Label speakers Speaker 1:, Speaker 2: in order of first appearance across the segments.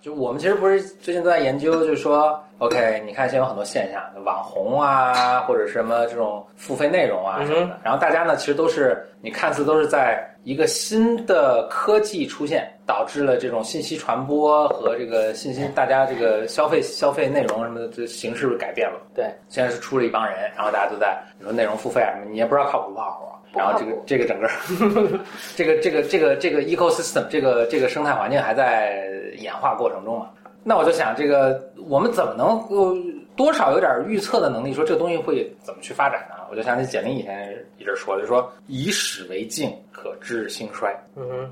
Speaker 1: 就我们其实不是最近都在研究，就是说，OK，你看现在有很多现象，网红啊，或者什么这种付费内容
Speaker 2: 嗯
Speaker 1: 啊什么的。然后大家呢，其实都是你看似都是在一个新的科技出现，导致了这种信息传播和这个信息，大家这个消费消费内容什么的这形式改变了。
Speaker 2: 对，
Speaker 1: 现在是出了一帮人，然后大家都在你说内容付费啊什么，你也不知道靠谱不靠谱。啊然后这个
Speaker 2: 不靠谱
Speaker 1: 这个整个这个这个这个这个 ecosystem 这个这个生态环境还在演化过程中嘛。那我就想，这个我们怎么能够多少有点预测的能力，说这个东西会怎么去发展呢？我就想起简历以前一直说，就说以史为镜，可知兴衰。
Speaker 2: 嗯哼，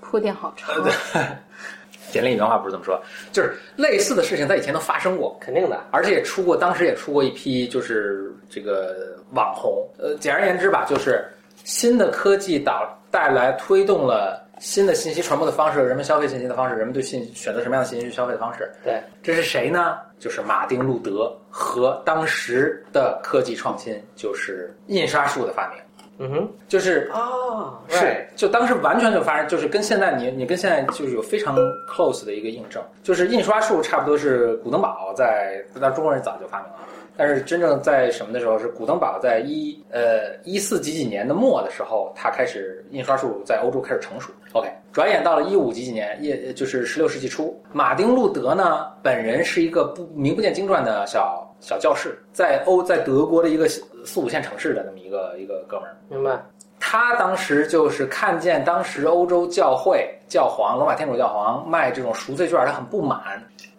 Speaker 3: 铺垫好长，
Speaker 1: 简历原话不是这么说，就是类似的事情在以前都发生过，
Speaker 2: 肯定的，
Speaker 1: 而且也出过，当时也出过一批，就是这个网红。呃，简而言之吧，就是新的科技导带来推动了新的信息传播的方式，人们消费信息的方式，人们对信选择什么样的信息去消费的方式。
Speaker 2: 对，
Speaker 1: 这是谁呢？就是马丁·路德和当时的科技创新，就是印刷术的发明，
Speaker 2: 嗯哼，
Speaker 1: 就是
Speaker 2: 哦，
Speaker 1: 是，就当时完全就发生，就是跟现在你你跟现在就是有非常 close 的一个印证，就是印刷术差不多是古登堡在，那中国人早就发明了，但是真正在什么的时候是古登堡在一呃一四几几年的末的时候，他开始印刷术在欧洲开始成熟。OK，转眼到了一五几几年，也就是十六世纪初，马丁路德呢本人是一个不名不见经传的小小教士，在欧在德国的一个四四五线城市的那么一个一个哥们儿。
Speaker 2: 明白，
Speaker 1: 他当时就是看见当时欧洲教会教皇罗马天主教皇卖这种赎罪券，他很不满，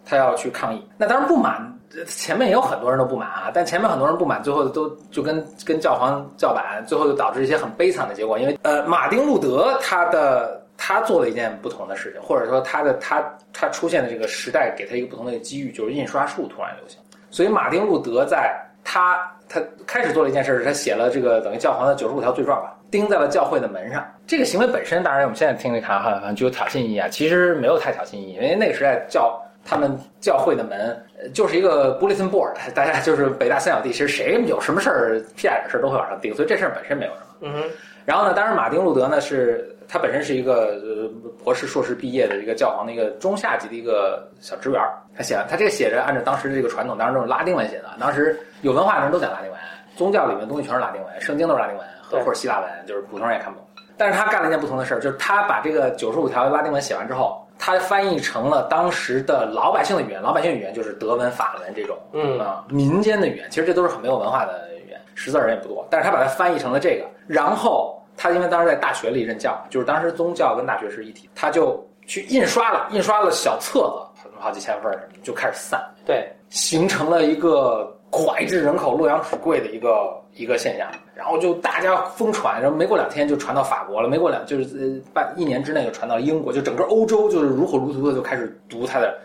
Speaker 1: 他要去抗议。那当然不满，呃前面也有很多人都不满啊，但前面很多人不满，最后都就跟跟教皇叫板，最后就导致一些很悲惨的结果。因为呃，马丁路德他的他做了一件不同的事情，或者说他的他他出现的这个时代给他一个不同的机遇，就是印刷术突然流行。所以马丁路德在他他开始做了一件事，他写了这个等于教皇的九十五条罪状吧，钉在了教会的门上。这个行为本身，当然我们现在听着看好像具有挑衅意义啊，其实没有太挑衅意义，因为那个时代教他们教会的门呃就是一个 bulletin board，大家就是北大三角地区，谁有什么事儿屁大点事儿都会往上钉，所以这事儿本身没有什么。
Speaker 2: 嗯哼，
Speaker 1: 然后呢，当然马丁路德呢是他本身是一个呃博士、硕士毕业的一个教皇的一个中下级的一个小职员儿。他写了他这个写着按照当时的这个传统，当时都是拉丁文写的，当时有文化的人都讲拉丁文，宗教里面的东西全是拉丁文，圣经都是拉丁文和
Speaker 2: 对
Speaker 1: 或者希腊文，就是普通人也看不懂。但是他干了一件不同的事儿，就是他把这个九十五条拉丁文写完之后，他翻译成了当时的老百姓的语言，老百姓语言就是德文、法文这种，
Speaker 2: 嗯
Speaker 1: 啊，民间的语言，其实这都是很没有文化的语言，识字儿人也不多。但是他把它翻译成了这个，然后他因为当时在大学里任教，就是当时宗教跟大学是一体，他就去印刷了，印刷了小册子，好几千份儿什么，就开始散，
Speaker 2: 对，
Speaker 1: 形成了一个脍炙人口、洛阳纸贵的一个一个现象，然后就大家疯传，然后没过两天就传到法国了，没过两就是呃半一年之内就传到英国，就整个欧洲就是如火如荼的就开始读他的，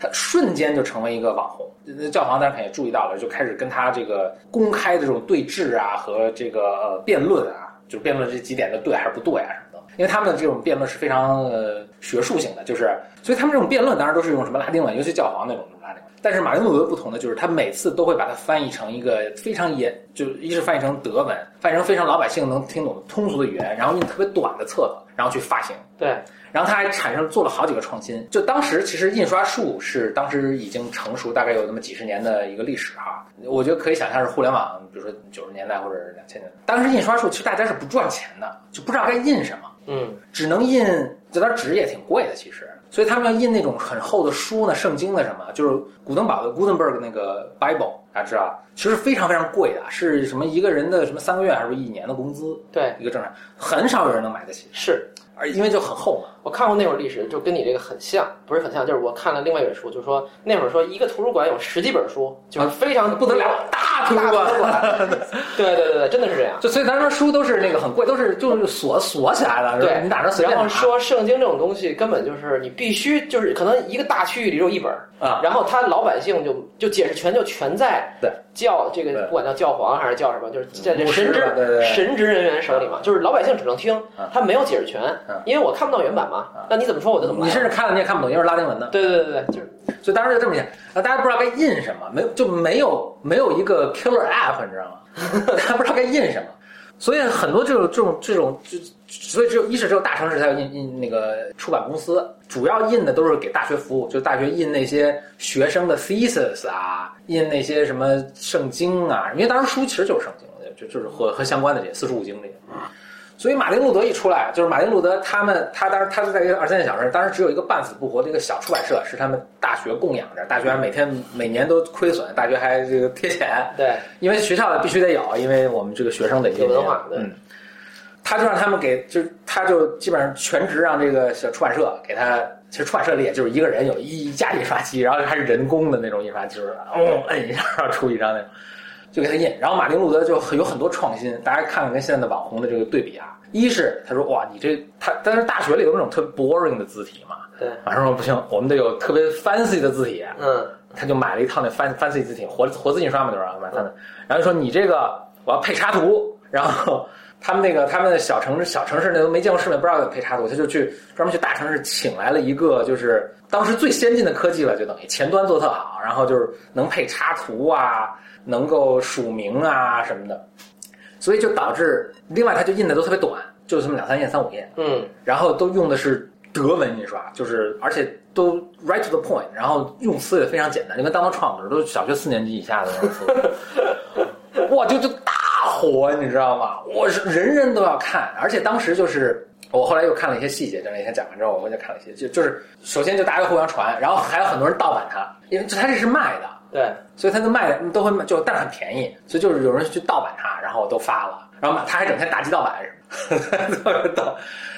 Speaker 1: 他瞬间就成为一个网红。呃教皇当然肯定也注意到了，就开始跟他这个公开的这种对峙啊和这个、呃、辩论啊，就是辩论这几点的对还是不对啊什么的。因为他们的这种辩论是非常呃学术性的，就是所以他们这种辩论当然都是用什么拉丁文，尤其教皇那种拉丁文。但是马丁路德不同的就是，他每次都会把它翻译成一个非常严，就是一是翻译成德文，翻译成非常老百姓能听懂的通俗的语言，然后用特别短的册子，然后去发行。
Speaker 2: 对，
Speaker 1: 然后他还产生做了好几个创新。就当时其实印刷术是当时已经成熟，大概有那么几十年的一个历史哈。我觉得可以想象是互联网，比如说九十年代或者两千年代，当时印刷术其实大家是不赚钱的，就不知道该印什么。
Speaker 2: 嗯，
Speaker 1: 只能印，这点纸也挺贵的，其实，所以他们要印那种很厚的书呢，圣经的什么，就是古登堡的 Gutenberg 那个 Bible，大家知道，其实非常非常贵的，是什么一个人的什么三个月还是一年的工资，
Speaker 2: 对，
Speaker 1: 一个正常，很少有人能买得起，
Speaker 2: 是。
Speaker 1: 而因为就很厚嘛，
Speaker 2: 我看过那会儿历史，就跟你这个很像，不是很像，就是我看了另外一本书，就说那会儿说一个图书馆有十几本书，就是非常
Speaker 1: 不得了，大啊图书馆。
Speaker 2: 对对对对，真的是这样。
Speaker 1: 就所以咱说书都是那个很贵，都是就是锁锁起来的，
Speaker 2: 对，
Speaker 1: 你哪能随便
Speaker 2: 然
Speaker 1: 拿
Speaker 2: 后说圣经这种东西根本就是你必须就是可能一个大区域里只有一本儿，
Speaker 1: 啊？
Speaker 2: 然后他老百姓就就解释权就全在
Speaker 1: 对
Speaker 2: 教这个
Speaker 1: 对嗯
Speaker 2: 不管叫教皇还是叫什么，就是在这
Speaker 1: 牧师
Speaker 2: 神职
Speaker 1: 吧对啊对对
Speaker 2: 神职人员手里嘛，就是老百姓只能听
Speaker 1: 嗯，
Speaker 2: 他没有解释权
Speaker 1: 嗯，
Speaker 2: 因为我看不到原版嘛
Speaker 1: 嗯，
Speaker 2: 那你怎么说我就怎么来。
Speaker 1: 你甚至看了你也看不懂，因为是拉丁文的。
Speaker 2: 对对对对，就是。
Speaker 1: 所以当时就这么想，啊，大家不知道该印 什么，没有就没有没有一个 killer app，你知道吗？大家不知道该印什么。所以很多这种这种这种，就所以只有一是只有大城市才有印印那个出版公司，主要印的都是给大学服务，就大学印那些学生的 thesis 啊，印那些什么圣经啊，因为当时书其实就是圣经，就就是和和相关的这些四书五经这些。所以马丁路德一出来，就是马丁路德他们，他当时他是在一个二三线小城，当时只有一个半死不活的一个小出版社，是他们大学供养着，大学还每天每年都亏损，大学还这个贴钱，
Speaker 2: 对，
Speaker 1: 因为学校必须得有，因为我们这个学生得
Speaker 2: 有文化对
Speaker 1: 嗯，他就让他们给，就是他就基本上全职让这个小出版社给他，其实出版社里也就是一个人有一家印刷机，然后还是人工的那种印刷机，就是嗯摁一下然后出一张那种，就给他印。然后马丁路德就很有很多创新，大家看看跟现在的网红的这个对比啊，一是他说哇你这他，但是大学里有那种特别 boring 的字体嘛，
Speaker 2: 对，
Speaker 1: 马上说不行，我们得有特别 fancy 的字体，啊
Speaker 2: 嗯，
Speaker 1: 他就买了一套那 fan fancy 字体，活活字印刷嘛，就是啊买 fan 的。然后就说你这个我要配插图，然后他们那个他们的小城市小城市那都没见过世面，不知道怎么配插图，他就去专门去大城市请来了一个就是当时最先进的科技了，就等于前端做特好，然后就是能配插图啊，能够署名啊什么的，所以就导致另外他就印的都特别短，就这么两三页、三五页，
Speaker 2: 嗯，
Speaker 1: 然后都用的是德文印刷，就是而且都 right to the point，然后用词也非常简单，就跟当当创始都是小学四年级以下的那种词，哇，就就大火，你知道吗？我是人人都要看，而且当时就是。我后来又看了一些细节，就那天讲完之后，我就看了一些，就就是首先就大家互相传，然后还有很多人盗版它，因为就它这是卖的，
Speaker 2: 对，
Speaker 1: 所以他的卖的都会卖，就但是很便宜，所以就是有人去盗版它，然后都发了，然后他还整天打击盗版什么的， 特别逗。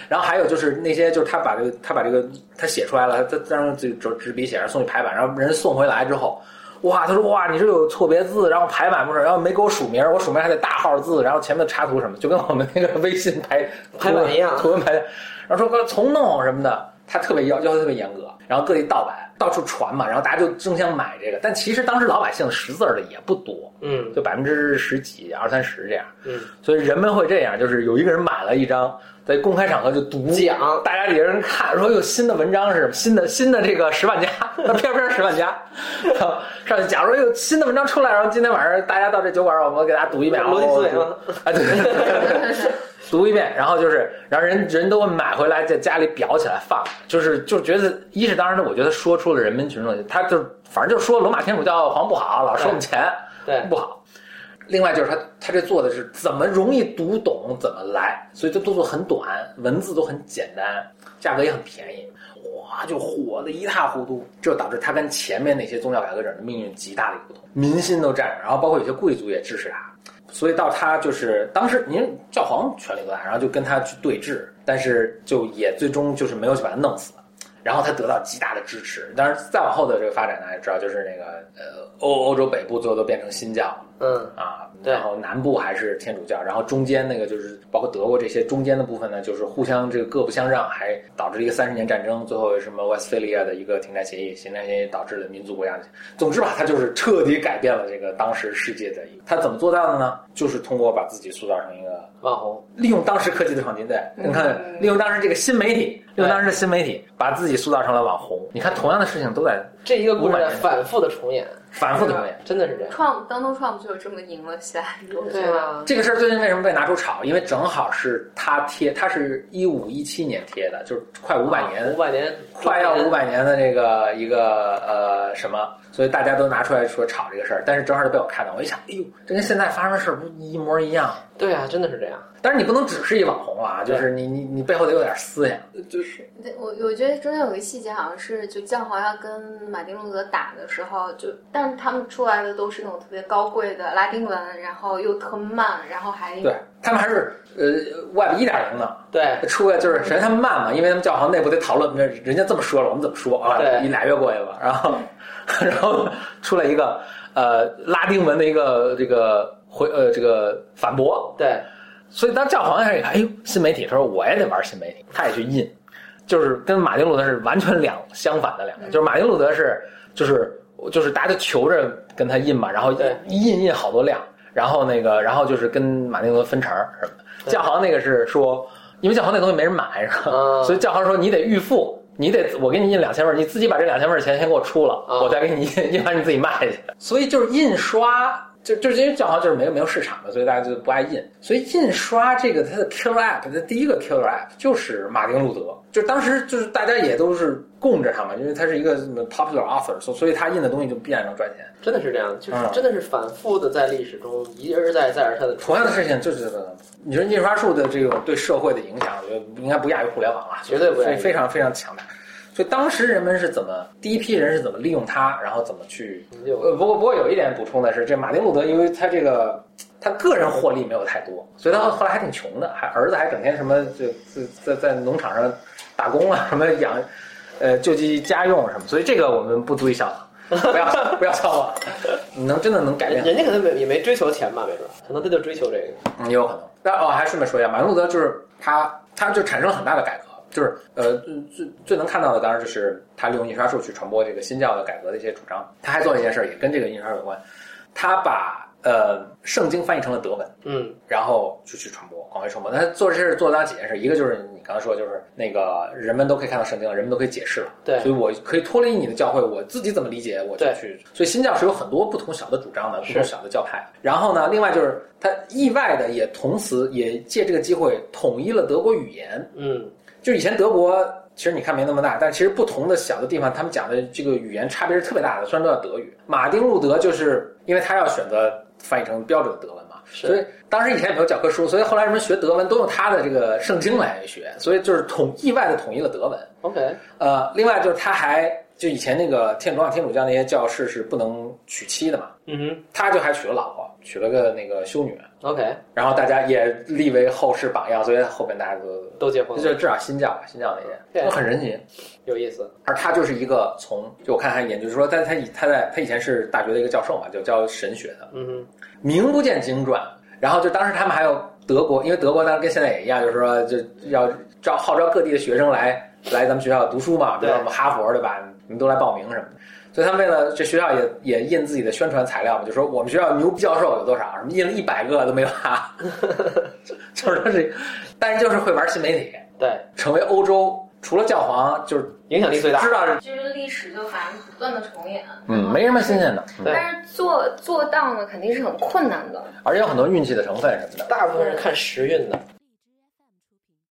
Speaker 1: 然后还有就是那些，就是他把这个他把这个他写出来了，他他让纸纸笔写上送去排版，然后人送回来之后，哇，他说哇，你这有错别字，然后排版不是，然后没给我署名，我署名还得大号字，然后前面的插图什么，就跟我们那个微信排
Speaker 2: 排版一样
Speaker 1: 图文排版，然后说哥重弄什么的，他特别要要求特别严格，然后各地盗版到处传嘛，然后大家就争相买这个，但其实当时老百姓识字儿的也不多，
Speaker 2: 嗯
Speaker 1: 就百分之十几、二三十这样，
Speaker 2: 嗯，
Speaker 1: 所以人们会这样，就是有一个人买了一张，在公开场合就读
Speaker 2: 讲
Speaker 1: 大家底下人看说有新的文章是什么，新的新的这个十万加， 那片片十万加， 然后上去假如有新的文章出来，然后今天晚上大家到这酒馆，我们给大家读一遍，
Speaker 2: 逻辑思维吗
Speaker 1: 啊，对， 读一遍，然后就是，然后人人都会买回来，在家里裱起来放，就是就觉得，一是当然的，我觉得说出了人民群众，他就反正就说罗马天主教皇不好，老收我们钱，
Speaker 2: 对
Speaker 1: 不好。另外就是他他这做的是怎么容易读懂怎么来，所以这动作很短，文字都很简单，价格也很便宜，哇，就火的一塌糊涂，这就导致他跟前面那些宗教改革者的命运极大的一个不同，民心都站着，然后包括有些贵族也支持他，所以到他就是当时您教皇权力多大，然后就跟他去对峙，但是就也最终就是没有去把他弄死，然后他得到极大的支持。当然，再往后的这个发展大家知道，就是那个呃欧欧洲北部最后都变成新教了
Speaker 2: 嗯，
Speaker 1: 啊，
Speaker 2: 对
Speaker 1: 然后南部还是天主教，然后中间那个就是包括德国这些中间的部分呢，就是互相这个各不相让，还导致一个三十年战争，最后什么 Westphalia 的一个停战协议，停战协议导致了民族国家的。总之吧，他就是彻底改变了这个当时世界的一个。他怎么做到的呢？就是通过把自己塑造成一个
Speaker 2: 网红，
Speaker 1: 利用当时科技的创新，对，你看，
Speaker 3: 嗯
Speaker 1: 利用当时这个新媒体，利
Speaker 2: 对
Speaker 1: 用当时的新媒体，把自己塑造成了网红。你看，同样的事情都在
Speaker 2: 这一个故
Speaker 1: 五
Speaker 2: 事
Speaker 1: 百
Speaker 2: 在
Speaker 1: 年
Speaker 2: 反复的重演，
Speaker 1: 反复的重演。
Speaker 2: 真的是这样。
Speaker 3: 创当当创就这么赢了下一个，我觉
Speaker 2: 对
Speaker 3: 得
Speaker 2: 啊，
Speaker 1: 这个事儿最近为什么被拿出炒？因为正好是他贴，他是一五一七年贴的，就是快五百年
Speaker 2: 五百年，
Speaker 1: 快要五百年的这个一个呃什么，所以大家都拿出来说炒这个事儿，但是正好就被我看到，我一想，哎呦，这跟现在发生的事儿不一模一样。
Speaker 2: 对啊，真的是这样。
Speaker 1: 但是你不能只是一网红了啊，就是你你你背后得有点思想。
Speaker 2: 就是
Speaker 3: 对我我觉得中间有个细节，好像是就教皇要跟马丁路德打的时候，就但是他们出来的都是那种特别高贵的拉丁文，然后又特慢，然后还
Speaker 1: 对他们还是呃 Web 一点零的，
Speaker 2: 对，
Speaker 1: 出来就是首先他们慢嘛，因为他们教皇内部得讨论，人人家这么说了，我们怎么说啊？
Speaker 2: 对
Speaker 1: 一俩月过去了，然后 然后出来一个呃拉丁文的一个这个回呃这个反驳，
Speaker 2: 对，
Speaker 1: 所以当教皇开始看，哎呦新媒体，他说我也得玩新媒体，他也去印，就是跟马丁路德是完全两相反的两个，
Speaker 2: 嗯
Speaker 1: 就是马丁路德是就是就是大家就求着跟他印嘛，然后
Speaker 2: 对
Speaker 1: 一印印好多辆，然后那个然后就是跟马丁路德分成什么的，
Speaker 2: 对
Speaker 1: 教皇那个是说。因为教皇那东西没人买，是吧？
Speaker 2: 嗯
Speaker 1: 所以教皇说你得预付，你得我给你印两千份儿，你自己把这两千份儿钱先给我出了，
Speaker 2: 嗯
Speaker 1: 我再给你印，印完你自己卖去。所以就是印刷就就是因为教皇就是没有没有市场的，所以大家就不爱印。所以印刷这个它的 killer app，它第一个 killer app 就是马丁路德，就当时就是大家也都是供着他嘛，因为他是一个什么 popular author，所所以他印的东西就必然能赚钱。
Speaker 2: 真的是这样，就是
Speaker 1: 嗯
Speaker 2: 真的是反复的在历史中一而再再而三的
Speaker 1: 同样的事情就是，你说印刷术的这种对社会的影响，我觉得应该不亚于互联网了，
Speaker 2: 绝对不亚于
Speaker 1: 非非常非常强大。所以当时人们是怎么，第一批人是怎么利用它，然后怎么去
Speaker 2: 成就。
Speaker 1: 呃，不过不过有一点补充的是，这马丁路德因为他这个他个人获利没有太多，所以他后来还挺穷的，还儿子还整天什么就在在在农场上打工啊，什么养呃救济家用什么，所以这个我们不足以效仿，不要不要效仿，你能真的能 改变
Speaker 2: 人人家可能没也没追求钱吧，没准儿可能他就追求这个。
Speaker 1: 嗯，也有可能。但哦，还顺便说一下，马丁路德就是他，他就产生了很大的改革，就是呃，最最最能看到的当然就是他利用印刷术去传播这个新教的改革的一些主张。他还做了一件事儿，也跟这个印刷有关，他把呃圣经翻译成了德文。
Speaker 2: 嗯，
Speaker 1: 然后就去传播，广为传播。那他做这事儿做到几件事，一个就是你刚才说，就是那个人们都可以看到圣经了，人们都可以解释了，
Speaker 2: 对
Speaker 1: 所以我可以脱离你的教会，我自己怎么理解我就
Speaker 2: 对
Speaker 1: 去。所以新教是有很多不同小的主张的，不
Speaker 2: 是
Speaker 1: 同小的教派。然后呢，另外就是他意外的也同时也借这个机会统一了德国语言，
Speaker 2: 嗯，
Speaker 1: 就是以前德国其实你看没那么大，但其实不同的小的地方，他们讲的这个语言差别是特别大的。虽然都叫德语，马丁路德就是因为他要选择翻译成标准的德文嘛，
Speaker 2: 是
Speaker 1: 所以当时以前也没有教科书，所以后来人们学德文都用他的这个圣经来学，所以就是统意外的统一了德文。
Speaker 2: OK，
Speaker 1: 呃，另外就是他还就以前那个天主教、天主教那些教士是不能娶妻的嘛，
Speaker 2: 嗯
Speaker 1: 他就还娶了老婆，娶了个那个修女，
Speaker 2: 哼，OK，
Speaker 1: 然后大家也立为后世榜样，所以后边大家都
Speaker 2: 都结婚
Speaker 1: 这就
Speaker 2: 了，
Speaker 1: 是至少新教吧，新教那些
Speaker 2: 对
Speaker 1: 都很神奇。
Speaker 2: 有意思。
Speaker 1: 而他就是一个从就我看他研究说，但他以他在他以前是大学的一个教授嘛，就教神学的，
Speaker 2: 嗯哼，
Speaker 1: 名不见经传。然后就当时他们还有德国，因为德国当时跟现在也一样，就是说就要招号召各地的学生来来咱们学校读书嘛，比如
Speaker 2: 对
Speaker 1: 我们哈佛对吧？你们都来报名什么的。所以他们为了这学校也也印自己的宣传材料嘛，就说我们学校牛逼教授有多少，什么印了一百个都没哈， 就是他是，但是就是会玩新媒体，
Speaker 2: 对，
Speaker 1: 成为欧洲除了教皇就是
Speaker 2: 影响力最大
Speaker 1: 知。道是
Speaker 3: 这个历史就反正不断的重演，
Speaker 1: 嗯，没什么新鲜的，
Speaker 2: 对
Speaker 3: 但是做做到呢肯定是很困难的。
Speaker 1: 而且有很多运气的成分什么的。
Speaker 2: 大部分人看时运的，